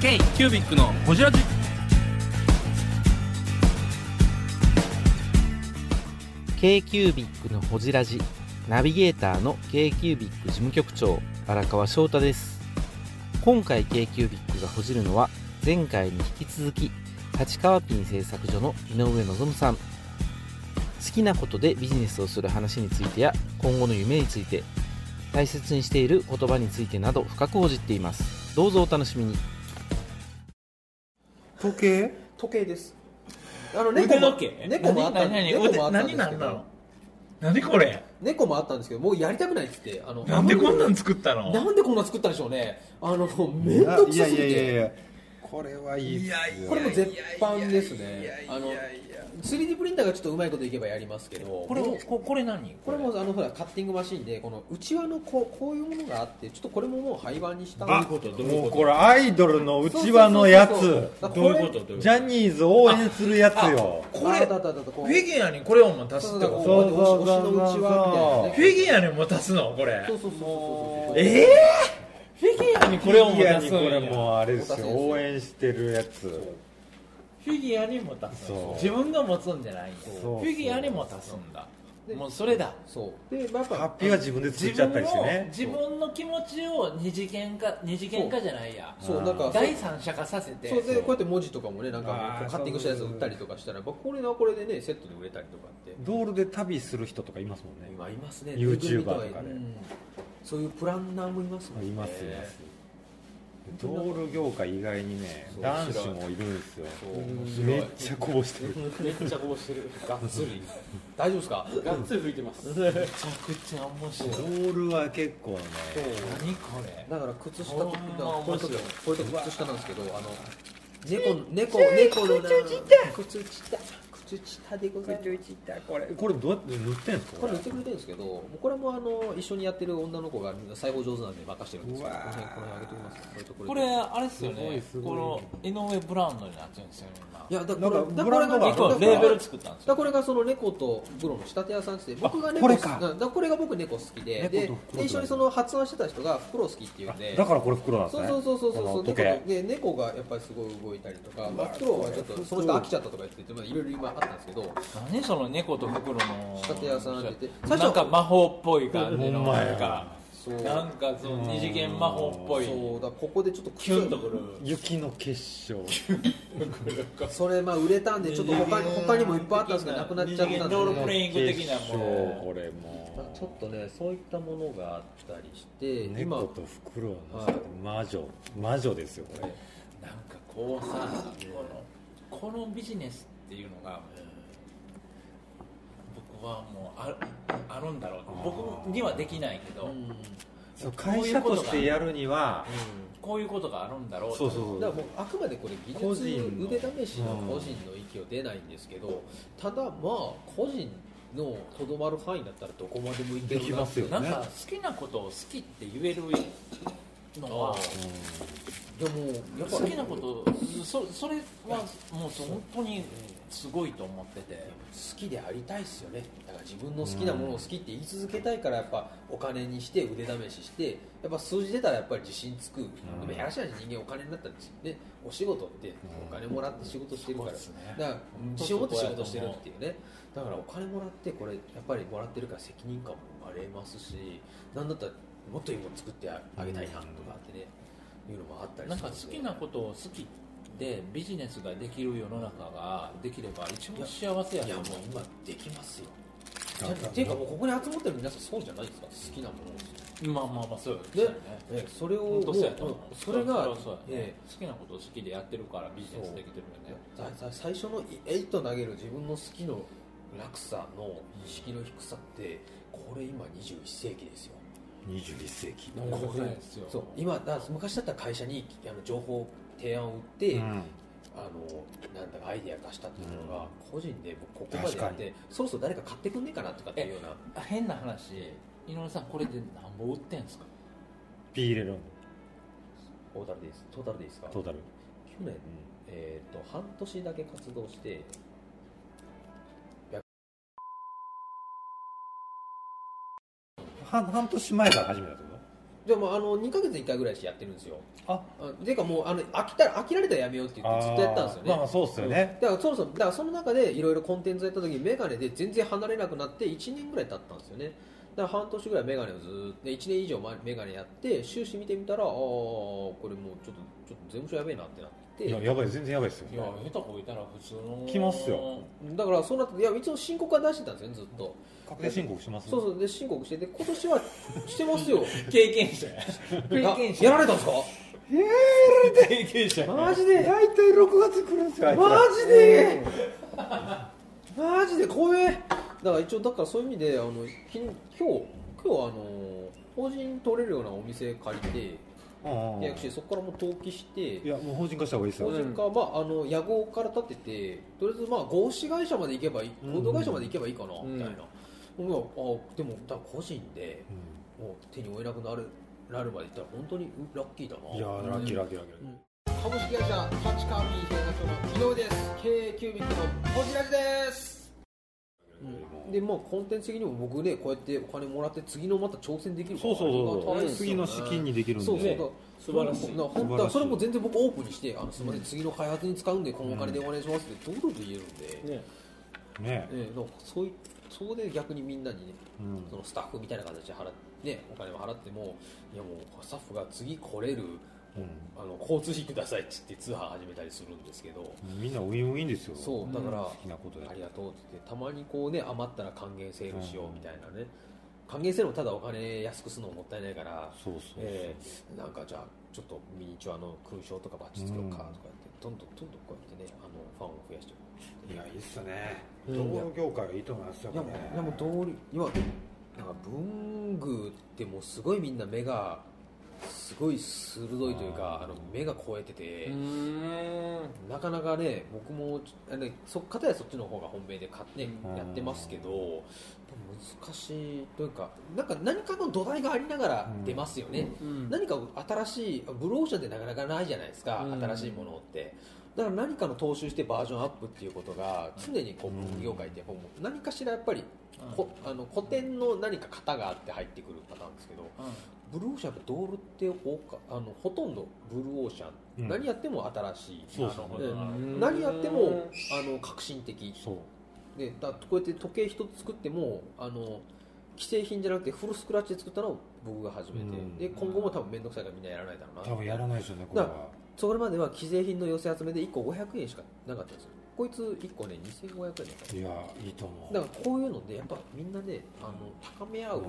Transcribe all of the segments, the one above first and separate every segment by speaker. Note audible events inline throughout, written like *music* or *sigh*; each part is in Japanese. Speaker 1: ケイキュービックのホジラジ
Speaker 2: ケイキュービックのほじラジ。ナビゲーターのケイキュービック事務局長荒川翔太です。今回ケイキュービックがほじるのは、前回に引き続き立川ピン製作所の井上望さん。好きなことでビジネスをする話についてや今後の夢について、大切にしている言葉についてなど深くほじっています。どうぞお楽しみに。
Speaker 3: 時計
Speaker 4: 時計ですあの
Speaker 1: 腕
Speaker 4: 猫も
Speaker 1: 時計
Speaker 4: 猫もあったん
Speaker 5: 何
Speaker 4: 猫もあったんで
Speaker 5: 何
Speaker 4: す
Speaker 5: な
Speaker 4: け
Speaker 5: んだろう
Speaker 4: ど
Speaker 5: 何これ
Speaker 4: 猫もあったんですけどもうやりたくないっつってあの
Speaker 5: なんでこんなん作ったの
Speaker 4: なんでこんな作ったんでしょうねあのめんどく
Speaker 3: い
Speaker 4: さ
Speaker 3: や
Speaker 4: すぎ
Speaker 3: いやいやい
Speaker 4: て
Speaker 3: やこれはいいっすよ
Speaker 4: これも絶版ですねあの
Speaker 5: いやいや
Speaker 4: 3D プリンターがちょっとうまいこといけばやりますけど
Speaker 5: これ
Speaker 4: もう
Speaker 5: ここれ何
Speaker 4: これもあのほらカッティングマシンでこの内輪のこうこういうものがあってちょっとこれももう廃盤にした
Speaker 3: あ
Speaker 4: んですけど
Speaker 3: もうこれアイドルのうちわのや
Speaker 4: そうそうそう
Speaker 3: つ
Speaker 4: そうどういうこと
Speaker 1: どういうこと
Speaker 3: ジャニーズ応援するやつよ
Speaker 5: これ
Speaker 4: あだだだだこ
Speaker 5: フ
Speaker 4: う
Speaker 5: ィギュアにこれをもう足す
Speaker 4: そ
Speaker 5: っ
Speaker 4: う
Speaker 5: て
Speaker 4: だ
Speaker 5: こ
Speaker 4: こう
Speaker 5: と
Speaker 4: こうやって押し押しの内輪みたいなね
Speaker 5: フィギュアにも足すのこれ
Speaker 4: そうそうそうそうそう
Speaker 5: ええフィギュアにこれをも
Speaker 3: フィギュア
Speaker 5: 足
Speaker 3: に
Speaker 5: す
Speaker 3: こ
Speaker 5: んや
Speaker 3: れもあれですよ
Speaker 4: そうそうそう
Speaker 3: 応援してるやつ
Speaker 5: フィギュアにも足す
Speaker 3: そう
Speaker 5: 自分が持つんじゃないんだ
Speaker 3: そう
Speaker 5: フィギュアにも足すんだ
Speaker 4: で
Speaker 5: もうそれだ
Speaker 4: そうでまあやっぱ
Speaker 3: ハッピーは自分で作っちゃったりしてね
Speaker 5: 自分を自分の気持ちを二次元化二次元化じゃないや
Speaker 4: そうなんか
Speaker 5: 第三者化させて
Speaker 4: そうでこうやって文字とかもねなんか
Speaker 3: あー
Speaker 4: こうカッティングしたやつを売ったりとかしたらまあこれはこれでねセットで売れたりとかって
Speaker 3: 道路で旅する人とかいますもんね
Speaker 4: 今いますね
Speaker 3: YouTuber
Speaker 4: ぬいぐるみ
Speaker 3: とかね
Speaker 4: うんそういうプランナーもいますもんね
Speaker 3: いますいますドール業界以外にね
Speaker 4: そう
Speaker 3: 男子もいるんですよ
Speaker 4: そう面白い
Speaker 3: めっちゃこぼしてる
Speaker 1: めっちゃこぼしてるがっつり
Speaker 4: 大丈夫ですか
Speaker 1: がっつり吹いてます
Speaker 5: めちゃくちゃ面白
Speaker 3: ド
Speaker 5: い
Speaker 3: ールは結構ね
Speaker 5: 何これ
Speaker 4: だから靴下
Speaker 5: ほ
Speaker 4: と
Speaker 5: ん
Speaker 4: か
Speaker 5: ま
Speaker 4: こ
Speaker 5: 面
Speaker 4: れと
Speaker 5: 白い
Speaker 4: これと靴下なんですけどあの猫猫猫のな靴下靴下でございます
Speaker 3: これどうやって塗ってんすか
Speaker 4: これ塗ってくれてるんですけどもうこれもあの一緒にやってる女の子が裁縫上手なんで任してるんですけど
Speaker 3: うわ
Speaker 4: この
Speaker 3: ー
Speaker 4: 辺この辺上げておきますこれとこれ
Speaker 5: ことれあれですよ
Speaker 3: すご
Speaker 5: ね
Speaker 3: いすごい
Speaker 5: この井上ブランドになってるんですよね今
Speaker 4: いや
Speaker 3: な
Speaker 4: だ
Speaker 3: んか
Speaker 4: これだ
Speaker 3: ブランドが
Speaker 5: 一個
Speaker 4: これ
Speaker 5: レーベル作ったんです
Speaker 4: だ
Speaker 5: よ
Speaker 4: これがその猫とプロの仕立て屋さんっつって僕が
Speaker 3: こ
Speaker 4: 猫
Speaker 3: れ
Speaker 4: 好
Speaker 3: か
Speaker 4: きうんだこれが僕猫好きでで
Speaker 3: 猫と袋
Speaker 4: で一緒にその発案してた人がフクロウ好きっていうんで
Speaker 3: あだからこれ袋なんです
Speaker 4: そう
Speaker 3: ね
Speaker 4: そうそうそうそう
Speaker 3: こ
Speaker 4: そ
Speaker 3: の
Speaker 4: う
Speaker 3: 時
Speaker 4: 猫
Speaker 3: 計
Speaker 4: とで猫がやっぱりすごい動いたりとか、まあ、フクロウはちょっとその人飽きちゃったとか言っててまあいろいろ今あったんですけど
Speaker 5: 何その猫と袋の
Speaker 4: 仕立て屋さんでて最初
Speaker 5: なんか魔法っぽい感じ
Speaker 3: ほ
Speaker 5: の
Speaker 3: んまや
Speaker 5: なんか
Speaker 4: そう
Speaker 5: なんかその二次元魔法っぽい
Speaker 4: そうだここでちょっと
Speaker 5: キュンとくる
Speaker 3: 雪の結晶
Speaker 4: それまあ売れたんでちょっと他に他にもいっぱいあったんですけどなくなっちゃったんで
Speaker 5: ロールプレイング的な
Speaker 3: 結晶
Speaker 5: も
Speaker 3: これも
Speaker 4: ちょっとねそういったものがあったりして今
Speaker 3: 猫とフクロウの
Speaker 4: はい
Speaker 3: 魔女魔女ですよこれ
Speaker 5: うなんかこうさこのこのビジネスっていうのが僕はもうあるあるんだろう僕にはできないけど
Speaker 4: うん
Speaker 3: そう
Speaker 5: ういうことが
Speaker 3: 会社としてやるには
Speaker 5: こういうことがあるんだろうと
Speaker 3: そうそう
Speaker 4: だ
Speaker 3: そ
Speaker 4: から
Speaker 3: う
Speaker 4: もうあくまでこれ
Speaker 3: 個
Speaker 4: 技術
Speaker 3: 人の
Speaker 4: 腕試しの個人の域を出ないんですけど、ただまあ個人のとどまる範囲だったらどこまでもいけるな
Speaker 3: できますよね
Speaker 5: なんか好きなことを好きって言えるのは
Speaker 4: でもやっぱ
Speaker 5: 好きなことそそれはもう本当にすごいと思ってて
Speaker 4: 好きでありたいですよねだから自分の好きなものを好きって言い続けたいからやっぱお金にして腕試ししてやっぱ数字出たらやっぱり自信つく、でもやらしい話人間お金になったんですよねお仕事ってお金もらって仕事してるから、
Speaker 5: そうですね
Speaker 4: だから自信を持って仕事してるっていうねだからお金もらってこれやっぱりもらってるから責任感も生まれますしなんだったらもっといいもの作ってあげたいなとかってね、いうのもあったり
Speaker 5: なん
Speaker 4: す
Speaker 5: か
Speaker 4: る
Speaker 5: 好
Speaker 4: で
Speaker 5: きなことを好きでビジネスができる世の中ができれば一番幸せや
Speaker 4: いや
Speaker 5: と
Speaker 4: もう
Speaker 5: 思う
Speaker 4: 今できますよ
Speaker 3: だから
Speaker 4: っていうかもうここに集まってる皆さんそうじゃないですか好きなものを
Speaker 5: まあまあまあそう
Speaker 4: で
Speaker 5: よね、
Speaker 4: ええそれを
Speaker 5: 本当そうやと
Speaker 4: も
Speaker 5: 思
Speaker 4: う
Speaker 5: う
Speaker 4: それが
Speaker 5: そうやね
Speaker 4: え
Speaker 5: 好きなことを好きでやってるからビジネスできてる
Speaker 4: え
Speaker 5: よね
Speaker 4: だだ最初のエイト投げる自分の好きの落差の意識の低さってこれ今21世紀ですよ
Speaker 3: 21世紀
Speaker 5: なんかこれですよ
Speaker 4: そう今だ昔だったら会社にあの情報提案を売って、
Speaker 3: うん
Speaker 4: あのなんだかアイデア出したっていうの
Speaker 3: う
Speaker 4: が、
Speaker 3: ん
Speaker 4: 個人でもうここまでやっ
Speaker 3: 確か
Speaker 4: てそろそろ誰か買ってくんねえかなとかっていうような
Speaker 5: あ変な話井上さんこれで何本売ってんすか
Speaker 3: ピー入れる
Speaker 4: トータルでいいですトータルでいいですか
Speaker 3: ト
Speaker 4: 去
Speaker 3: ータル
Speaker 4: 年えー、と半年だけ活動して
Speaker 3: 半半年前から始めたってこ
Speaker 4: でもあの2ヶ月に1回ぐらいしてやってるんですよ
Speaker 3: あ
Speaker 4: ていうかもうあの飽きたら飽きられたらやめようって言ってずっとやったんですよね
Speaker 3: あーまあそうっすよね、
Speaker 4: だからそもそもだからその中でいろいろコンテンツやった時にメガネで全然離れなくなって1年ぐらい経ったんですよねだから半年ぐらいメガネをずーっと1年以上前メガネやって終始見てみたらああこれもうちょっとちょっと税務署やべえなってなって
Speaker 3: いややばい全然やばいです
Speaker 5: いや
Speaker 3: よ
Speaker 5: 下手こいたら普通の
Speaker 3: 来ますよ
Speaker 4: だからそうなっていや一応申告は出してたんですよねずっと
Speaker 3: 確定申告します
Speaker 4: そうそうで申告してて今年はしてますよ
Speaker 5: 経験者 *laughs* や経
Speaker 4: や
Speaker 5: 験者
Speaker 4: やられたんですか
Speaker 5: 経験者や
Speaker 4: マジで
Speaker 3: 大体6月来るんですよあいつら
Speaker 4: マジでマジで怖えだから一応だからそういう意味であのき今日今日はあの法人取れるようなお店借りて
Speaker 3: うんうん
Speaker 4: 契約してそこからもう登記して
Speaker 3: いやもう法人化した方がいいです
Speaker 4: 法
Speaker 3: よ
Speaker 4: 人化、まあ、あの屋号から立ててとりあえずまあ合資会社まで行けばいい
Speaker 3: うん
Speaker 4: 合同会社まで行けばいいかな、
Speaker 2: うん
Speaker 4: みたいな、うん、あでもだから個人でもう手に負えなくなるなるまでいったら本当にラッキーだない
Speaker 3: やーラッキーラッキーラッキー
Speaker 4: 株式会社立川 B 製作所の井上です経営キュービックのこちらですでまあコンテンツ的にも僕ねこうやってお金もらって次のまた挑戦できるか
Speaker 3: そ
Speaker 4: ら
Speaker 3: うそうそうそう、
Speaker 4: ありがたいですよ
Speaker 3: 次
Speaker 4: ね
Speaker 3: の資金にできるんで
Speaker 4: そうそう
Speaker 5: 素晴らしい
Speaker 3: 晴
Speaker 4: な
Speaker 3: らしい
Speaker 4: 本当はそれも全然僕オープンにしてあのすみません、次の開発に使うんでこのお金でお願いしますって堂々と言えるんで、ね
Speaker 5: ね
Speaker 3: ね、
Speaker 4: えなんかそういそこで逆にみんなにね
Speaker 3: うん
Speaker 4: そのスタッフみたいな形で払っ、ね、お金を払ってもいやもうスタッフが次来れる
Speaker 3: う
Speaker 4: あの交通費くださいっつって通販始めたりするんですけど、
Speaker 3: ん、みんなウィンウィンですよ
Speaker 4: そうだから、
Speaker 3: 好きなことで
Speaker 4: ありがとうって言ってたまにこうね余ったら還元セールしようみたいなね、還元セールもただお金安くするのももったいないから
Speaker 3: そうそうそう、
Speaker 4: えーなんかじゃあちょっとミニチュアの勲章とかバッジ作ろうかとかやって、どんどんどんどんこうやってねあのファンを増やしてい
Speaker 3: いやいいっすね
Speaker 4: うん
Speaker 3: 道路業界はいいと思いますよ
Speaker 4: やもういやもう道理今なんか文具ってもうすごいみんな目がすごい鋭いというかあの目が超えてて、なかなかね僕もちあねそっかたやそっちの方が本命で買って、
Speaker 3: うん
Speaker 4: やってますけどでも難しいというかなんか何かの土台がありながら出ますよね、
Speaker 2: うん
Speaker 4: 何か新しいブローシャンってなかなかないじゃないですか、
Speaker 2: うん
Speaker 4: 新しいものってだから何かの踏襲してバージョンアップっていうことが常にこう文具業界ってやっぱもう何かしらやっぱりこあの古典の何か型があって入ってくるパターンですけどブルーオーシャンやっぱドールって多かあのほとんどブルーオーシャン、
Speaker 3: うん
Speaker 4: 何やっても新しい
Speaker 3: そうそう
Speaker 4: あの
Speaker 5: うん
Speaker 4: うん何やってもあの革新的
Speaker 3: そう
Speaker 4: でだこうやって時計一つ作ってもあの既製品じゃなくてフルスクラッチで作ったのを僕が初め
Speaker 3: う
Speaker 4: て、
Speaker 3: ん
Speaker 4: で今後も多分面倒くさいからみんなやらないだろう
Speaker 3: 多
Speaker 4: な
Speaker 3: 分やらないでしょうねこれは
Speaker 4: だそれまでは既製品の寄せ集めで1個500円しかなかったんですよこいつ1個ね2500円だったんです
Speaker 3: い
Speaker 4: よ
Speaker 3: やいいと思う
Speaker 4: だからこういうのでやっぱみんなねあの高め合う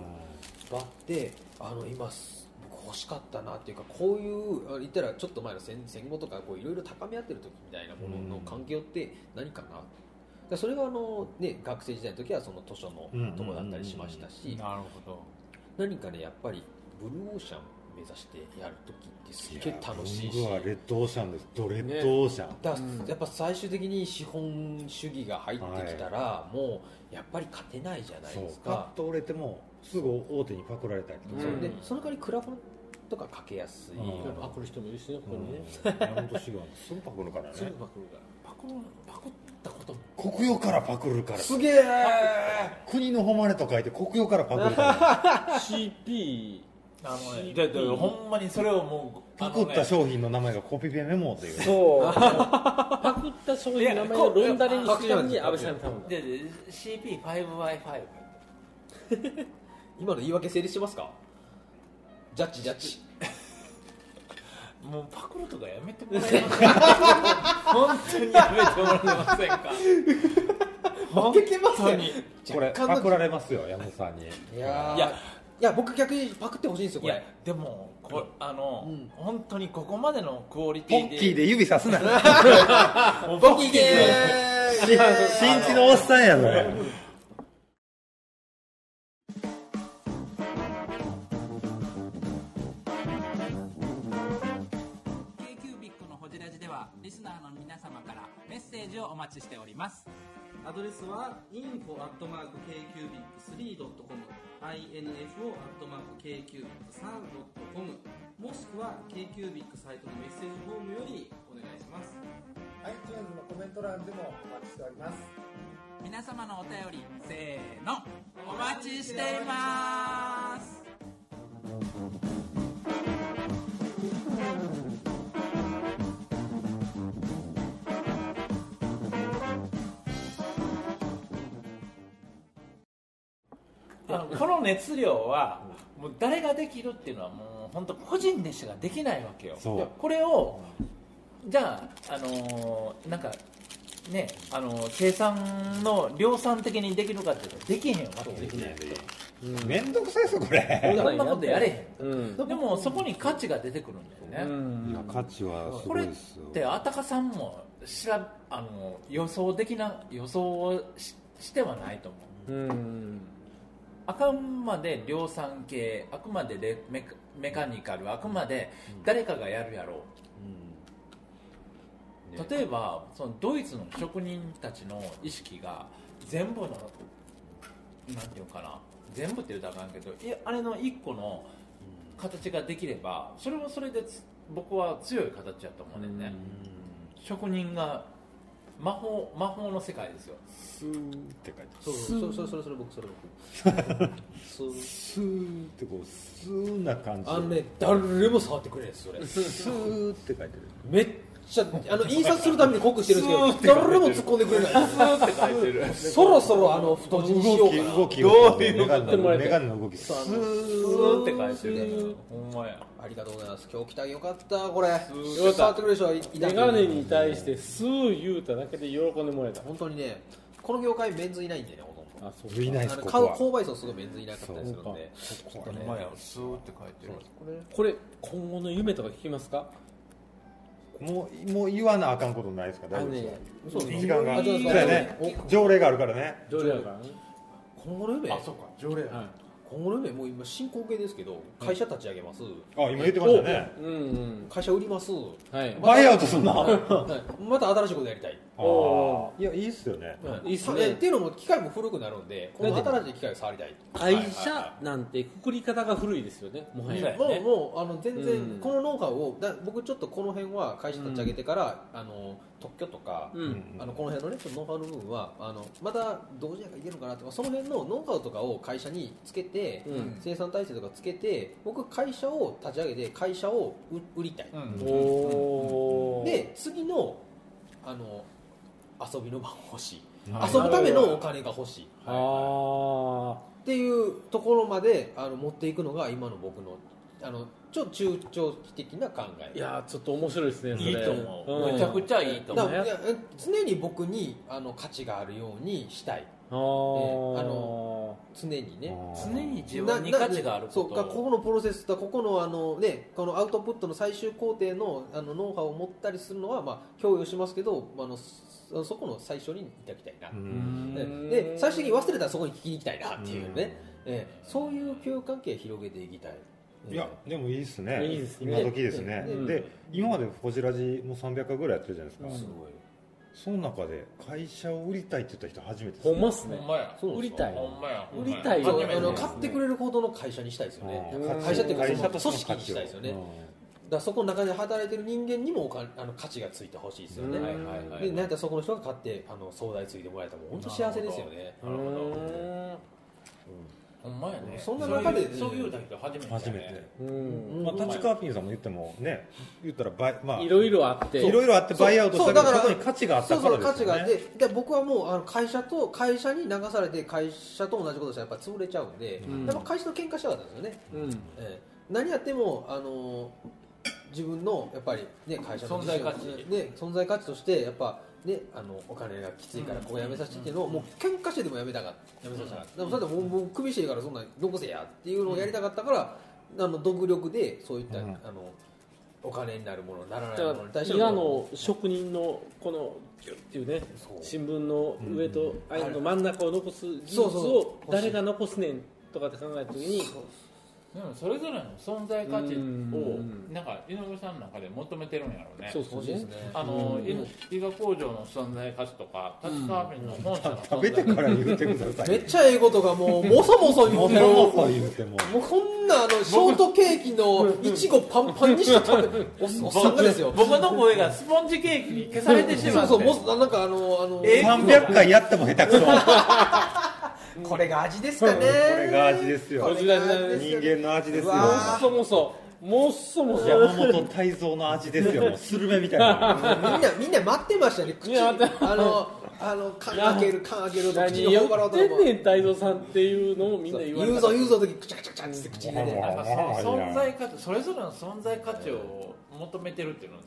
Speaker 4: 場ってあの今す僕欲しかったなっていうかこういうあ言ったらちょっと前の戦戦後とかこういろいろ高め合ってる時みたいなものの環境って何かな、だからそれがあの、ね、学生時代の時はその図書の
Speaker 3: うん
Speaker 4: とこだったりしましたし
Speaker 5: なるほど
Speaker 4: 何かねやっぱりブルーオーシャン目指してやる時ってす
Speaker 3: うん
Speaker 4: っげえ楽しいし
Speaker 3: 僕はレッドオーシャンですドレッドオーシャン、
Speaker 4: だからやっぱ最終的に資本主義が入ってきたら、もうやっぱり勝てないじゃない
Speaker 3: そう
Speaker 4: です
Speaker 3: パッ
Speaker 4: か
Speaker 3: と折れてもすぐ大手にパクられたりと
Speaker 4: そ
Speaker 3: か、
Speaker 4: う
Speaker 2: うん
Speaker 4: でその代わりクラファンとかかけやすい、
Speaker 3: うん
Speaker 4: あの
Speaker 5: パクる人もいるしねここ
Speaker 3: う
Speaker 5: に
Speaker 3: ん
Speaker 5: ね
Speaker 3: 山本志がすぐパクるから
Speaker 5: すぐ
Speaker 3: ね
Speaker 5: パクるからパクるパクったことも
Speaker 3: 国用からパクるから
Speaker 4: すげえ
Speaker 3: 国の誉れと書いて国用からパクるから
Speaker 1: CP
Speaker 5: あのね
Speaker 1: CP
Speaker 5: だってほんまにそれをもう
Speaker 3: パクった
Speaker 5: ョ
Speaker 3: 商品の名前がコピペメモっていう
Speaker 1: そうパクった商品の名前をロンダリングするために安倍さん頼んだ
Speaker 5: で CP5Y5
Speaker 4: 今の言い訳成立しますかジャッジジャッジ
Speaker 5: もうパクるとかやめてもらえませんか本当にやめてもらえませんか
Speaker 4: 負けてます
Speaker 5: 本当
Speaker 4: ね
Speaker 5: に
Speaker 3: これ
Speaker 4: 若干の
Speaker 3: パクられますよ山本さんに
Speaker 4: いやー
Speaker 5: いや
Speaker 4: いやいや僕逆にパクってほしいんですよ
Speaker 5: い
Speaker 4: こ
Speaker 5: や
Speaker 4: れ
Speaker 5: でもこあの、
Speaker 4: うん
Speaker 5: 本当にここまでのクオリ
Speaker 3: ポ
Speaker 5: ティ
Speaker 3: ッキーで指さすな
Speaker 5: もう
Speaker 4: ボキゲーイ
Speaker 3: 新地のおっさんやぞ
Speaker 6: k q b i c のホジラジではリスナーの皆様からメッセージをお待ちしております
Speaker 7: アドレスは info.kcubic3.com info.kcubic3.com もしくは KQBIC サイトのメッセージフォームよりお願いします
Speaker 6: 皆様のお便りせーのお待ちしています
Speaker 5: この熱量はもう誰ができるっていうのはもう本当個人でしかできないわけよ
Speaker 3: そう
Speaker 5: これをじゃあ、あのーなんかねあのー計算の量産的にできるかっていうとできへんわけで
Speaker 3: めんどくさいですよこ
Speaker 5: こ
Speaker 3: れ
Speaker 5: んなことやれへ
Speaker 1: うん
Speaker 5: んでもそこに価値が出てくるんだよね、
Speaker 3: いや価値は
Speaker 5: こ
Speaker 3: すご
Speaker 5: れ
Speaker 3: い
Speaker 5: っ
Speaker 3: ですよ
Speaker 5: てあたかさんもしらあの予想できな予想をししてはないと思う
Speaker 1: うん
Speaker 5: あくまで量産系あくまでレメカメカニカルあくまで誰かがやるやろう、例えばそのドイツの職人たちの意識が全部のなんていうのかな全部って言うたらあかんけどいやあれの一個の形ができればそれもそれでつ僕は強い形だと思うねんね、職人が魔法魔法の世界ですよ
Speaker 3: スーって書いてある
Speaker 1: そうそうそうそれそれ僕それ僕そう
Speaker 3: スーってこうスーな感じ
Speaker 4: あのね誰も触ってくれないですそれ
Speaker 3: スーって書いてる
Speaker 4: めっちゃあの印刷するために濃くしてるんですけど誰も突っ込んでくれないそろそろあの太字にしようかな
Speaker 3: 動き動き
Speaker 1: ってもらえて
Speaker 3: メガネの動きス
Speaker 4: そう
Speaker 5: ス
Speaker 4: あの
Speaker 5: ーって書いてるほんまや
Speaker 4: ありがとうございます今日来たよかったこれ
Speaker 1: よかった
Speaker 4: 触ってくれる人はいいた
Speaker 1: 眼鏡に対して「す」言うただけで喜んでもらえた
Speaker 4: 本当にねこの業界メンズいないんでねほとんど
Speaker 1: あそう
Speaker 3: いないで
Speaker 4: あ
Speaker 3: す
Speaker 4: の
Speaker 3: こ
Speaker 4: 買
Speaker 3: こ
Speaker 4: う
Speaker 3: は
Speaker 4: 購買層すごいメンズいなかったりするんでちょっ
Speaker 5: ほ
Speaker 4: とね
Speaker 5: んまやスーって書いてる
Speaker 1: これ今後の夢とか聞きますか
Speaker 3: もうもう言わなあかんことないですか
Speaker 1: あ
Speaker 3: 大丈
Speaker 1: の
Speaker 3: 夫です
Speaker 1: ね
Speaker 3: か
Speaker 1: そうそう
Speaker 3: 時間が
Speaker 4: あ
Speaker 3: そ
Speaker 4: そううそう
Speaker 3: やね条例があるからね
Speaker 1: どれやからね
Speaker 4: 今後の夢
Speaker 5: あそうか条例や
Speaker 1: は
Speaker 4: 今後の夢もう今進行形ですけど会社立ち上げます
Speaker 3: あ今言ってましたね
Speaker 1: いうんうん
Speaker 4: 会社売ります
Speaker 1: はい
Speaker 3: バイアウトすんな
Speaker 4: はいまた新しいことやりたい
Speaker 1: お
Speaker 3: いやいいっすよね
Speaker 4: はい
Speaker 1: いいっすね
Speaker 4: えっていうのも機械も古くなるんでこの新しい機械を触りたい
Speaker 1: 会社なんてくくり方が古いですよねもは
Speaker 5: そう
Speaker 1: や
Speaker 5: や
Speaker 4: も
Speaker 5: ね
Speaker 4: うもうあの全
Speaker 1: うん
Speaker 4: 然このノウハウをだ僕ちょっとこの辺は会社立ち上げてから、あの特許とか、
Speaker 1: うん
Speaker 4: あのこの辺のねちょっとノウハウの部分はあのまた同時やからいけるのかなとかその辺のノウハウとかを会社につけて、
Speaker 1: うん
Speaker 4: 生産体制とかつけて僕会社を立ち上げて会社を売売りたい、
Speaker 5: うん
Speaker 1: おー
Speaker 4: で次のあの遊びの場が欲しい、
Speaker 5: はい
Speaker 4: 遊ぶためのお金が欲しい
Speaker 1: ああ
Speaker 4: っていうところまであの持っていくのが今の僕のあのちょっと中長期的な考え
Speaker 1: いやーちょっと面白いですねそれ
Speaker 5: いいと思
Speaker 1: う
Speaker 5: うんめちゃくちゃいいと
Speaker 4: だ
Speaker 5: 思
Speaker 4: か
Speaker 5: う
Speaker 4: らいやえ常に僕にあの価値があるようにしたい
Speaker 1: あ
Speaker 4: あ
Speaker 1: の
Speaker 4: 常にね
Speaker 5: 常に自分に価値があるこ
Speaker 4: そうか
Speaker 5: と
Speaker 4: ここのプロセスだここのあの、ね、このアウトプットの最終工程のあのノウハウを持ったりするのは、まあ、共有しますけどあのそそこの最初にいただきたいな、
Speaker 1: うん
Speaker 4: でで最終的に忘れたらそこに聞きに行きたいなっていうね、ええそういう共有関係を広げていきたい、ええ
Speaker 3: いやでもいいっすね
Speaker 1: いいです
Speaker 3: 今
Speaker 1: ね
Speaker 3: 時ですね
Speaker 4: うん
Speaker 3: で今まで「ホジラジ」も300回ぐらいやってるじゃないです
Speaker 4: す
Speaker 3: か
Speaker 4: ごい
Speaker 3: その中で会社を売りたいって言った人初めてです
Speaker 1: ほんまっ
Speaker 3: ね
Speaker 1: す
Speaker 5: ほ
Speaker 1: ね
Speaker 5: んまや
Speaker 4: そうです
Speaker 1: 売りたい
Speaker 5: ほんまやほんまや
Speaker 1: 売りたいよ
Speaker 5: 初めて
Speaker 4: あの
Speaker 1: か
Speaker 4: 買ってくれるほどの会社にしたいですよね
Speaker 3: うん
Speaker 1: うん
Speaker 3: 価値
Speaker 4: 会社っていうか
Speaker 3: 会社と
Speaker 4: その
Speaker 3: しての
Speaker 4: 組織にしたいですよね
Speaker 3: 価値を
Speaker 4: だからそこの中で働いてる人間にもお金あの価値がついてほしいですよね、
Speaker 1: うん
Speaker 5: はいはいはい
Speaker 4: でなんかそこの人が買ってあの総代ついてもらえたらもう本当幸せですよね
Speaker 1: うーん
Speaker 5: ほんまやね
Speaker 4: そんな中で
Speaker 5: そういうだけど初めてやね
Speaker 3: うん初めて
Speaker 1: うん
Speaker 3: まあ立川ピンさんも言ってもね言ったらバイまあ
Speaker 1: いろいろあって
Speaker 3: いろいろあってバイアウトしたけど
Speaker 4: そうそうだ
Speaker 3: そ
Speaker 4: か
Speaker 3: こ
Speaker 4: ら
Speaker 3: に価値があっ
Speaker 4: そ
Speaker 3: た
Speaker 4: う
Speaker 3: か
Speaker 4: そう
Speaker 3: ら
Speaker 4: 価
Speaker 3: ですよ
Speaker 4: 値が
Speaker 3: ね
Speaker 4: あってで僕はもうあの会社と会社に流されて会社と同じことしたらやっぱ潰れちゃうんで、
Speaker 1: ん
Speaker 4: やっぱ会社と喧嘩したかったんですよね、
Speaker 1: うん
Speaker 4: ええ何やってもあの自分のやっぱり、ね、会社の
Speaker 5: 存在価値
Speaker 4: ね、存在価値としてやっぱ、ね、あのお金がきついからここ辞めさせてっていうのを、もう喧嘩してでも辞めたかった辞めさせたかった、でもそれでもうもう首してるからそんな残せやっていうのをやりたかったから、あの独力でそういった、
Speaker 3: うん
Speaker 4: あのお金になるものならな
Speaker 1: だ
Speaker 4: いも
Speaker 1: か
Speaker 4: のに
Speaker 1: ら
Speaker 4: 対して
Speaker 1: 伊賀の職人のこのギュッっていうね
Speaker 4: そう
Speaker 1: 新聞の上とあの真ん中を残す技術
Speaker 4: そう
Speaker 1: を
Speaker 4: そう
Speaker 1: 誰が残すねんとかって考えた時に
Speaker 5: でもそれぞれの存在価値を
Speaker 1: うん
Speaker 5: なんか井上さんの中で求めてるんやろうね
Speaker 1: そうそう
Speaker 4: 欲しいですね
Speaker 5: あの
Speaker 1: うん
Speaker 5: 伊伊賀工場の存在価値とか立川瓶の本社の
Speaker 3: 食
Speaker 5: 存
Speaker 3: べ
Speaker 5: 在
Speaker 3: て
Speaker 5: 価
Speaker 3: か
Speaker 5: 値
Speaker 3: ら言うてくださ
Speaker 4: め
Speaker 3: い
Speaker 4: っちゃええことがもうもそもそ言
Speaker 3: *laughs* も
Speaker 4: う
Speaker 3: う
Speaker 4: て
Speaker 3: もう
Speaker 4: るも
Speaker 3: もう言うても
Speaker 4: うこんなあのショートケーキのいちごパンパンにして食べるおっおっさんがですよ
Speaker 5: 僕の声がスポンジケーキに消されてしまって
Speaker 4: そうそうもうなんかあのあの
Speaker 3: 300回やっても下手くそこ
Speaker 4: これが味ですかね
Speaker 3: れが味ですよ
Speaker 1: こちらで
Speaker 3: 人間の味ですよ
Speaker 4: うわ
Speaker 1: そもそもっそもそ
Speaker 3: 山本
Speaker 4: *laughs*
Speaker 3: 泰造の味ですよもうスルメみたいな
Speaker 4: みんなみんな待ってましたね口
Speaker 1: みんな待っ
Speaker 4: あのあの缶開ける缶開けると口
Speaker 1: 何
Speaker 4: に
Speaker 1: 言
Speaker 4: 頬張ろ
Speaker 1: っ
Speaker 4: うと思
Speaker 1: て
Speaker 4: うん
Speaker 1: ねん太蔵さんっていうのをみんな言われ
Speaker 4: 言うぞ言うぞの時くちゃくちゃくちゃって口に入れて
Speaker 3: あ
Speaker 5: なんかその
Speaker 3: あ
Speaker 5: 存在価値それぞれの存在価値を求めてるっていうのは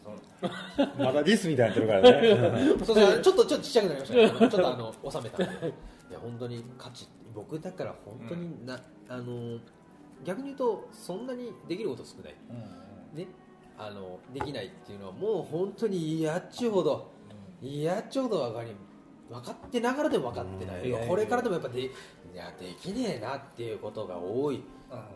Speaker 5: その
Speaker 3: まだディスみたいになってるからね
Speaker 4: そうそうちょっとちょっとちっちゃくなりましたけどちょっとあの収めたんでいや本当に価値僕だから本当にな、あの逆に言うとそんなにできること少ないねあのできないっていうのはもう本当に嫌っちゅうほど嫌っちゅうほど分かり分かってながらでも分かってない、
Speaker 5: うん
Speaker 4: これからでもやっぱでいやできねえなっていうことが多い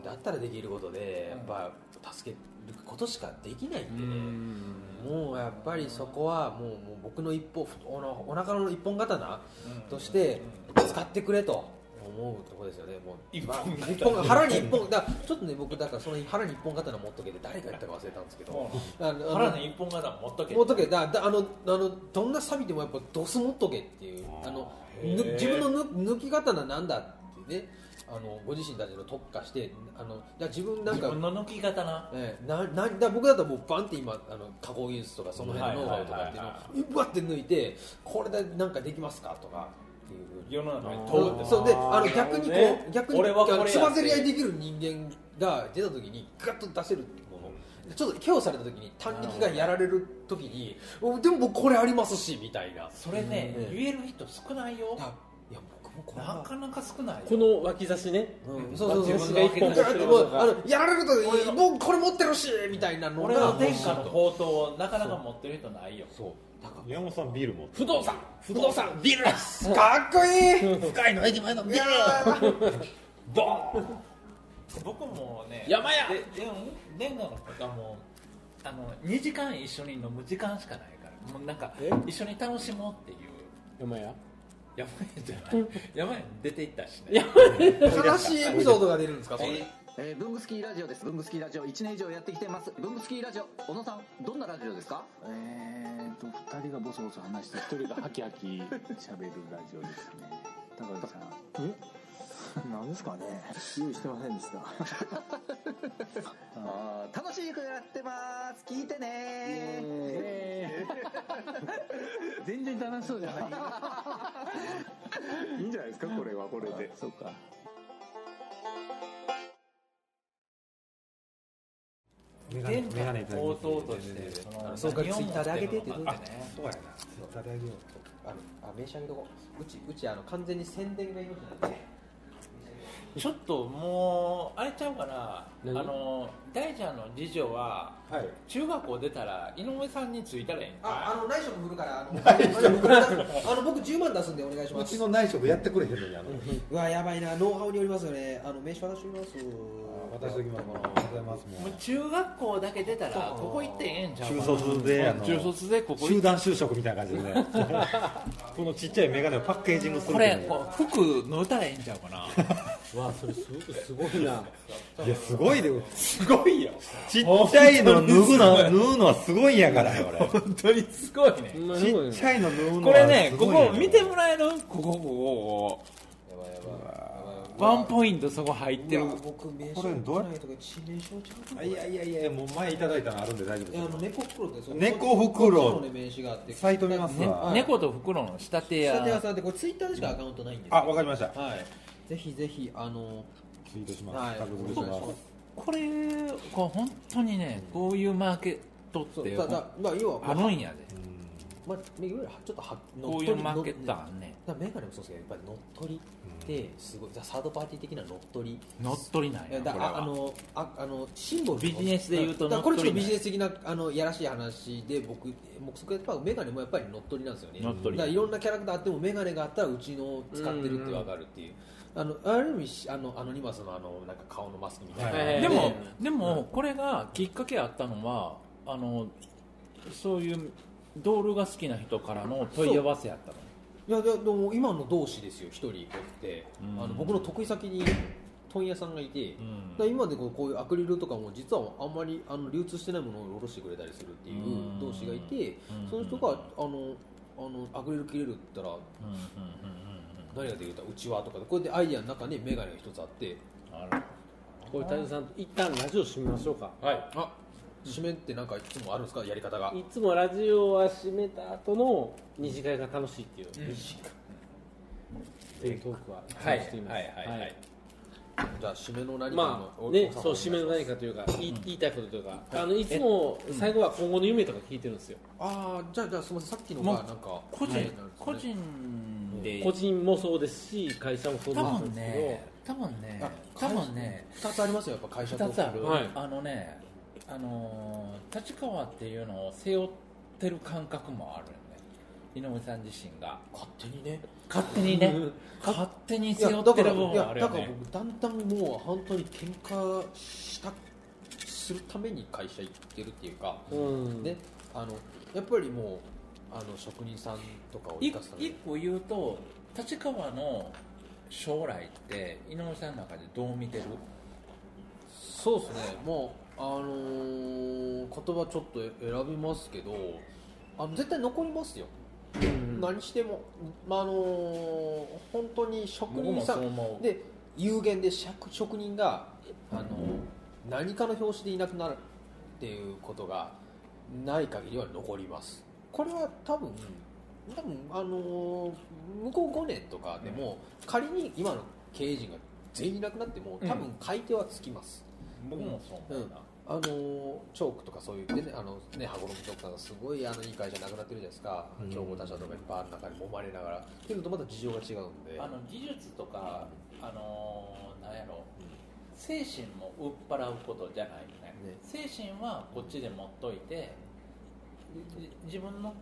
Speaker 4: だったらできることでやっぱ助けることしかできないんでね、もうやっぱりそこはもうもう僕の一歩おなお腹の一本刀として使ってくれと思うとこですよねもう
Speaker 5: 一本刀
Speaker 4: まあ一本腹に一本だちょっとね僕だからその腹に一本刀持っとけて誰が言ったか忘れたんですけどあのあの
Speaker 5: 腹の一本刀持っとけ
Speaker 4: 持っとけだだあのあのどんなサビでもやっぱドス持っとけっていうあの
Speaker 5: へー
Speaker 4: ぬ自分の抜抜き刀なんだってねあのご自身たちの特化してあのじゃあ自分なん
Speaker 5: 自
Speaker 4: か
Speaker 5: 分の抜き刀
Speaker 4: ええ、ななだ僕だったらもうバンって今あの加工技術とかその辺のノウハウとかっていうのを
Speaker 5: はいは
Speaker 4: うわって抜いてこれでなんかできますかとかっていう風に
Speaker 5: 世の中に問うって
Speaker 4: そうであの逆にこう、
Speaker 5: ね
Speaker 4: 逆に
Speaker 5: 俺はこれやって
Speaker 4: つばぜり合いできる人間が出た時にガッと出せるものちょっと拒否された時に単力がやられる時におでも僕これありますしみたいな
Speaker 5: それね、
Speaker 4: うん
Speaker 5: 言える人少ないよ
Speaker 4: あいや僕もこれ
Speaker 5: な
Speaker 4: は
Speaker 5: かなか少ないよ
Speaker 1: この脇差しね
Speaker 4: うん、そうそうそう
Speaker 1: 自分が一本持ってる
Speaker 4: もうあのやられるともうこれ持ってるしみたいなの
Speaker 5: 俺
Speaker 4: が
Speaker 5: の天下の宝刀をなかなか持ってる人ないよ
Speaker 4: そうだから
Speaker 3: 宮本さんビール持って
Speaker 4: 不
Speaker 3: る
Speaker 4: 動産不動産ビルですかっこいい
Speaker 3: 深いの駅前の
Speaker 4: いやー
Speaker 5: 僕もね
Speaker 4: 山や
Speaker 5: ででもレンガの方もあの2時間一緒に飲む時間しかないからもうなんか
Speaker 1: え
Speaker 5: 一緒に楽しもうっていう
Speaker 1: 山や
Speaker 5: 山へじゃない山へ出て行ったしね
Speaker 4: 悲しいエピソードが出るんですかそれ
Speaker 8: えー、ブングスキーラジオです。ブングスキーラジオ1年以上やってきてます。ブングスキーラジオ、小野さん、どんなラジオですか
Speaker 9: えーと2人がボソボソ話して1人がハキハキ喋るラジオですね高橋さんえなんですかね用意してませんで *laughs* した
Speaker 8: あー楽しくやってます。聞いてね
Speaker 9: 全然楽しそうじゃないいいんじゃないですかこれはこれでそうか
Speaker 5: 天下の宝刀としてその
Speaker 4: そうか
Speaker 5: 何を持るのか
Speaker 4: ツイッターで上げてってどうだ
Speaker 5: ね
Speaker 3: そうやな絶対大丈
Speaker 4: あのあ名刺あげとこううちうちあの完全に宣伝がいましたね
Speaker 5: ちょっともうあれちゃうかな
Speaker 1: 何
Speaker 5: あの大ちゃんの次女は
Speaker 3: 夫はい
Speaker 5: 中学校出たら井上さんについたらええんか
Speaker 4: ああの内緒も振るからあのあの僕10万出すんでお願いし
Speaker 3: う
Speaker 4: ま
Speaker 3: ち
Speaker 4: す
Speaker 3: の内職やってくれへんのにあの
Speaker 4: うわやばいなノウハウによりますよねあの名刺渡しておきます
Speaker 3: 渡しときますありがとうございますも
Speaker 5: もう
Speaker 3: う
Speaker 5: 中学校だけ出たらここ行ってええんちゃうかな
Speaker 3: 中卒であの
Speaker 5: 中卒でここ行
Speaker 3: 集
Speaker 5: って
Speaker 3: 団就職みたいな感じで *laughs* ねこのちっちゃいメガネをパッケージングする
Speaker 5: こ
Speaker 3: っていう
Speaker 5: れこう服縫うたらええんちゃうかな
Speaker 1: わあそれすごくすごいな
Speaker 3: いやすごいで
Speaker 5: すごいよ
Speaker 3: ちっちゃいの脱ぐの縫うのはすごいんやからこれ
Speaker 5: 本当にすごいね
Speaker 1: ち
Speaker 3: ちっちゃいの縫うの
Speaker 5: *laughs* こ
Speaker 3: は
Speaker 5: れ
Speaker 3: すごいんやか
Speaker 5: ね
Speaker 3: ら
Speaker 5: ここ見てもらえるここここここワンポイントそこ入ってる
Speaker 4: うわ僕名
Speaker 3: こ
Speaker 4: 刺
Speaker 3: れどうやっ
Speaker 4: ないとか致命傷ちゃうか
Speaker 3: いやいやいやもう前いただいたのあるんで大丈夫
Speaker 4: いやあの
Speaker 3: です
Speaker 4: 猫袋ってそう
Speaker 3: 猫袋
Speaker 4: こっちのね名刺があって
Speaker 3: サイト見ます
Speaker 5: ね
Speaker 3: わ
Speaker 5: 猫と袋の仕立て
Speaker 4: 下手屋
Speaker 5: や
Speaker 4: さんってこれツイッターでしかアカウントないんですよ
Speaker 3: あわかりました
Speaker 4: はいぜひぜひあの
Speaker 3: ツイートしま
Speaker 4: は
Speaker 3: す
Speaker 4: い
Speaker 3: タグ付けします
Speaker 5: これこう本当にねこういうマーケットっ
Speaker 4: そう
Speaker 5: て
Speaker 4: だだまあ要は
Speaker 5: あるんやで
Speaker 4: まあ、いわゆるちょっとは
Speaker 5: こういうマーケットあ
Speaker 4: だ
Speaker 5: んね
Speaker 4: メガネもそうですけどやっぱり乗っ取りってすごい、ザサードパーティー的な乗っ取り
Speaker 5: 乗っ取りなんや
Speaker 4: だ
Speaker 5: これ
Speaker 4: ああ
Speaker 5: は
Speaker 4: のああのシンボル
Speaker 5: ビジネスで言うと
Speaker 4: だからこれちょっ
Speaker 5: 乗
Speaker 4: と
Speaker 5: っ取りね
Speaker 4: ビジネス的なあのやらしい話で僕僕そこやっぱメガネもやっぱり乗っ取りなんですよね
Speaker 5: 乗っ取
Speaker 4: だからい
Speaker 5: り
Speaker 4: ろんなキャラクターあってもメガネがあったらうちの使ってるってわかるっていうあのある意味しあのアノニマスのあのなんか顔のマスクみたいな、
Speaker 1: はい
Speaker 5: で
Speaker 1: は
Speaker 5: も
Speaker 1: い
Speaker 5: でもこれがきっかけあったのはあのそういうドールが好きな人からの問い合わせやったの
Speaker 4: いやいやでも今の同志ですよ一人こうやって、あの僕の得意先に問屋さんがいて、だから今でこうこういうアクリルとかも実はあんまりあの流通してないものを卸してくれたりするっていう同士がいて、その人があのあのアクリル切れるって言ったら何ができるかうちはとかでこうやってアイディアの中に眼鏡が一つあって
Speaker 1: これ太蔵さん一旦ラジオ閉めましょうか
Speaker 5: はい
Speaker 4: あ締めってなんかいつもあるんですかやり方が
Speaker 1: いつもラジオは閉めた後の二次会が楽しいっていう、っていうトークは
Speaker 4: はい
Speaker 1: しています、
Speaker 4: はいはいはいじゃあ締めの何か
Speaker 1: まあね、そう締めの何かというか、言い言いたいことというか、あのいつも最後は今後の夢とか聞いてるんですよ、
Speaker 4: ああじゃあじゃあすみませんさっきのがなんか
Speaker 5: 個人、
Speaker 4: はい
Speaker 5: 個人で
Speaker 1: 個人もそうですし、会社もそう
Speaker 5: 多
Speaker 1: なん
Speaker 5: 分
Speaker 1: です
Speaker 5: ね多分ね
Speaker 4: あ
Speaker 5: 多分ね
Speaker 4: 二つありますよやっぱ会社と
Speaker 5: 2つある、
Speaker 1: はい
Speaker 5: あのねあのー立川っていうのを背負ってる感覚もあるよね井上さん自身が
Speaker 4: 勝手にね
Speaker 5: 勝手にね勝手に
Speaker 4: い
Speaker 5: 背
Speaker 4: や
Speaker 5: 負っ
Speaker 4: だ
Speaker 5: てる
Speaker 4: から
Speaker 5: 部分
Speaker 4: い
Speaker 5: もあ
Speaker 4: や
Speaker 5: る
Speaker 4: だ
Speaker 5: よ
Speaker 4: から
Speaker 5: ね
Speaker 4: 僕だんだんもう本当に喧嘩したするために会社行ってるっていうか、
Speaker 1: けど、うん
Speaker 4: ねあのやっぱりもうあの職人さんとかを
Speaker 5: い
Speaker 4: 生かすため
Speaker 5: 一
Speaker 4: に
Speaker 5: 個言うと立川の将来って井上さんの中でどう見てる
Speaker 4: そうですねもうあのー言葉ちょっと選びますけどあの絶対残りますよ、何しても、まああのー本当に職
Speaker 5: 僕
Speaker 4: 人
Speaker 5: も
Speaker 4: さ
Speaker 5: そ
Speaker 4: ん
Speaker 5: う思う
Speaker 4: で有限で職職人があの何かの拍子でいなくなるっていうことがない限りは残りますこれは多分多分あの向こう5年とかでも、仮に今の経営陣が全員いなくなっても多分買い手はつきます、
Speaker 5: 僕もそう思うな、
Speaker 4: あのチョークとかそういうでねあのね羽衣チョークさんがすごいあのいい会社なくなってるじゃないですか、競合他社とかいっぱいある中に揉まれながらけれどまた事情が違うんで
Speaker 5: あの技術とか、あのーなんやろ精神も売っ払うことじゃないよね
Speaker 4: ね
Speaker 5: 精神はこっちで持っといてじ自分の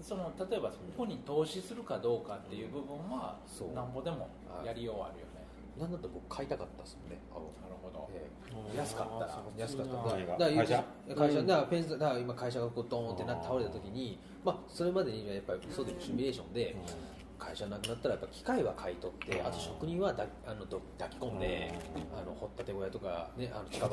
Speaker 5: その例えばそこに投資するかどうかっていう部分は
Speaker 4: そう
Speaker 5: なんぼでもやりようあるよね、
Speaker 4: なんだったら僕買いたかったですもんねあの
Speaker 5: なるほど、
Speaker 4: ええ安かった安かった
Speaker 3: そうなんだ
Speaker 4: だから
Speaker 3: 会社
Speaker 4: だから会社だからペンスだから今会社がこうドーンってなって倒れた時にまあそれまでにはやっぱりそうでシミュレーションで会社なくなったらやっぱ機械は買い取ってあと職人はだあのど抱き込んであの掘ったて小屋とかねあの近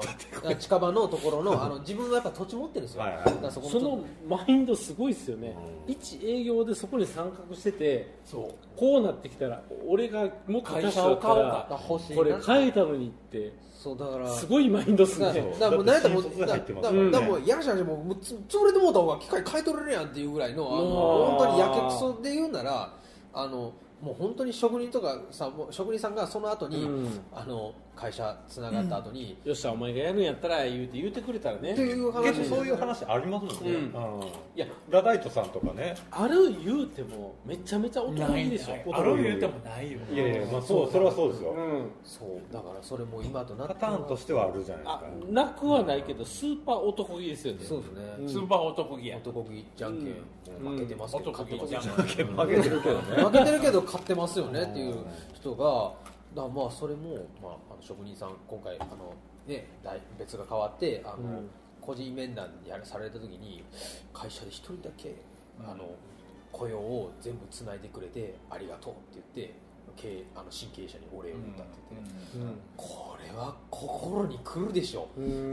Speaker 4: 場 *laughs* 近場のところのあの自分はやっぱ土地持ってるんですよ
Speaker 3: はいはい
Speaker 4: だからそこ
Speaker 1: そのマインドすごいですよね、
Speaker 3: うん
Speaker 1: 一営業でそこに参画してて、
Speaker 4: そう
Speaker 1: こうなってきたら、俺がもっと
Speaker 5: 会社を買おう
Speaker 4: だ
Speaker 5: か
Speaker 4: から欲しいな
Speaker 1: これ変えたのにって、
Speaker 4: そうだから
Speaker 1: すごいマインドっす
Speaker 4: だから
Speaker 1: ね。
Speaker 4: だからもう何やったらもう
Speaker 3: だって新卒
Speaker 4: だ
Speaker 3: が入
Speaker 4: から
Speaker 3: って
Speaker 4: だ
Speaker 3: ま
Speaker 4: か
Speaker 3: す
Speaker 4: ら
Speaker 3: もんね
Speaker 4: だからもうやらしゃらしもうもうつ潰れてもうた方が機械買い取れるやんっていうぐらいのあの
Speaker 1: うわ
Speaker 4: 本
Speaker 1: ー
Speaker 4: 当にやけくそで言うならあのもう本当に職人とかさもう職人さんがその後に、
Speaker 1: うん
Speaker 4: あの会社つながった後に、
Speaker 1: よっしゃ、お前がやるんやったら言うて言うてくれたら
Speaker 4: って
Speaker 1: ね。
Speaker 4: いう話
Speaker 3: 結構そういう話ありますもんね、
Speaker 1: う
Speaker 3: うんん
Speaker 1: いや
Speaker 3: ラダイトさんとかね
Speaker 1: ある言うても、めちゃめちゃ男いいでしょ。
Speaker 5: ないある言うてもないよ
Speaker 3: いやいやまあそうそれはそうですよ、
Speaker 1: うん
Speaker 4: そうだからそれも今となって
Speaker 3: パターンとしてはあるじゃない
Speaker 1: あ
Speaker 3: ですか
Speaker 1: なくはないけど、スーパー男気ですよね。
Speaker 4: そうですね、
Speaker 5: スーパー男気や
Speaker 4: 男気じゃんけん、負けてますけど
Speaker 5: 男
Speaker 4: 勝って
Speaker 5: 気
Speaker 4: ます
Speaker 5: じゃ
Speaker 4: よ
Speaker 5: んけん
Speaker 3: 負けてるけどね
Speaker 4: 負けてるけど買ってますよねっていう人がだからまあそれも、まあ、あの職人さん今回あの、ね、代別が変わってあの、個人面談やらされた時に会社で一人だけあの雇用を全部つないでくれてありがとうって言って経営あの新経営者にお礼を言ったって言って、これは心にくるでしょ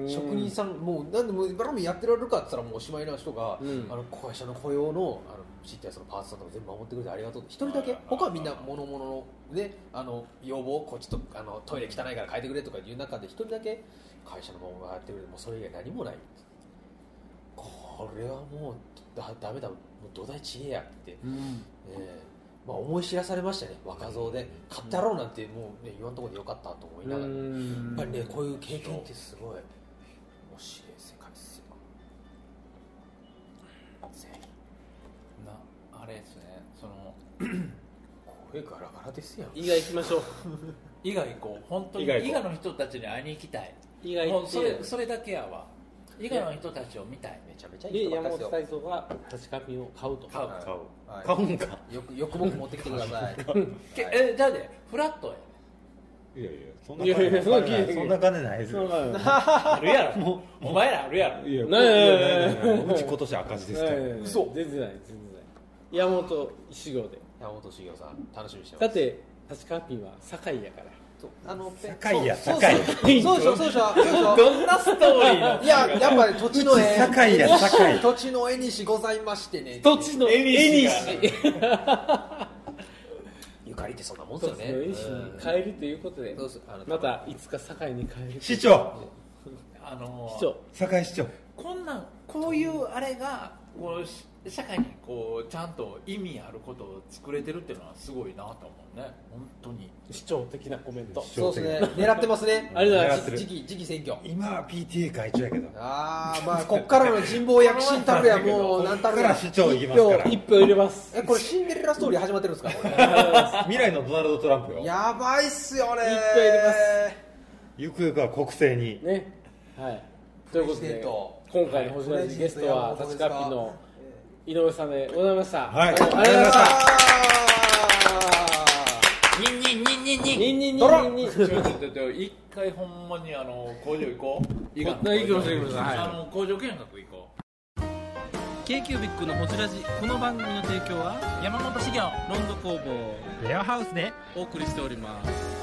Speaker 4: 職人さんもうなんでもうラーメンやってられるかって言ったらもうおしまいな人が、
Speaker 1: ん
Speaker 4: あの会社の雇用のあの知ったやつのパーツさんとか全部守ってくれてありがとうって一人だけ他はみんな物々のねあの要望こっちとあのトイレ汚いから変えてくれとかいう中で一人だけ会社のものがやってくれてもうそれ以外何もないこれはもうだだめだもう土台ちげえやって、えーまあ、思い知らされましたね若造で買ってやろうなんてもう、ね、言わんところでよかったと思いながら。やっぱりねこういう経験ってすごい面白い世界ですよ
Speaker 5: なあれですねその
Speaker 4: 声ガラガラですやん
Speaker 1: 意外行きましょう。
Speaker 5: 伊賀行こう本当に
Speaker 3: 伊賀行こう
Speaker 5: 伊賀の人たちに会いに行きたい
Speaker 1: 意外
Speaker 5: もうそれ
Speaker 1: 行っ
Speaker 5: それだけやわ伊賀の人たちを見たい
Speaker 4: めちゃめちゃ
Speaker 1: て、
Speaker 4: いい人
Speaker 1: で、
Speaker 4: ば
Speaker 1: 山
Speaker 4: っかり
Speaker 1: 本
Speaker 4: です
Speaker 1: 太蔵が立ち紙を買うと。
Speaker 5: 買
Speaker 1: *laughs*
Speaker 5: う、
Speaker 4: はい
Speaker 3: 買う、
Speaker 4: はい
Speaker 3: 買うんか
Speaker 4: よよくよく僕持ってきてください
Speaker 5: けえじゃあねフラットや
Speaker 3: いやいやそん
Speaker 1: いやいや
Speaker 3: な金ない
Speaker 1: そ
Speaker 3: そ
Speaker 1: ん
Speaker 3: ん
Speaker 1: な
Speaker 3: な金ないですよ
Speaker 5: あるやろもうお前らあるやろ
Speaker 3: いや
Speaker 1: ないないない
Speaker 3: いやうち今年赤字ですから、
Speaker 1: 嘘全然ない、全然ない。山本修行で。
Speaker 4: 山本修行さん楽しみにしてます
Speaker 1: だって、立川ピンは堺やから。
Speaker 4: そうあのペ
Speaker 3: 堺や
Speaker 4: そう
Speaker 3: 堺
Speaker 4: そうそうそうでしょそうでしょそうでし
Speaker 5: どんなストーリー
Speaker 4: ょいややっぱり土地の絵
Speaker 3: 堺や堺
Speaker 4: 土地の絵にしございましてね
Speaker 1: 土地の絵にし。
Speaker 4: ゆかりってそんなもんで
Speaker 1: 土
Speaker 4: すよ
Speaker 1: 地の
Speaker 4: ね
Speaker 1: 絵にし
Speaker 4: うん
Speaker 1: 変えるということで
Speaker 4: ど、うすあの
Speaker 1: またいつか堺に帰る。
Speaker 3: 市長
Speaker 5: あのー
Speaker 1: 市長。
Speaker 3: 堺市長
Speaker 5: こんこういうあれがこうし社会にこうちゃんと意味あることを作れてるっていうのはすごいなと思うね本当に
Speaker 1: 市長的なコメント
Speaker 3: 象
Speaker 4: そう
Speaker 3: 的
Speaker 4: ですね狙ってますね
Speaker 1: ありがとうござい
Speaker 3: 狙っ
Speaker 1: ます
Speaker 3: てる
Speaker 4: 次期次期選挙
Speaker 3: 今は PTA 会長やけど
Speaker 4: ああまあこっからの人望躍進たるやもう何たる
Speaker 3: こ
Speaker 4: や
Speaker 3: っから市長行きますから
Speaker 1: 一票入れます
Speaker 4: えこれシンデレラストーリー始まってるんですかこ
Speaker 3: *laughs* 未来のドナルド・トランプ
Speaker 4: れ
Speaker 3: よ
Speaker 4: やばいっすよね
Speaker 1: いっぱい入れます
Speaker 3: ゆくゆくは国政に
Speaker 1: ねはいということ
Speaker 4: プレジデン
Speaker 1: で
Speaker 4: ト
Speaker 1: 今回の星野ゲストは立川ピの井上さんでございました
Speaker 3: はい
Speaker 1: ありがとうございました
Speaker 5: ニンニンニンニンニン
Speaker 1: ニンニンニ
Speaker 4: ドロ
Speaker 1: ンニンニン
Speaker 5: ちょちょちょちょ一回ほんまにあの工場行こう
Speaker 1: 行きましょう行きましょうはい
Speaker 5: あの工場見学行こう
Speaker 6: k q b i c のホジラジこの番組の提供は山本資源ロンド工房
Speaker 3: レアハウスで
Speaker 6: お送りしております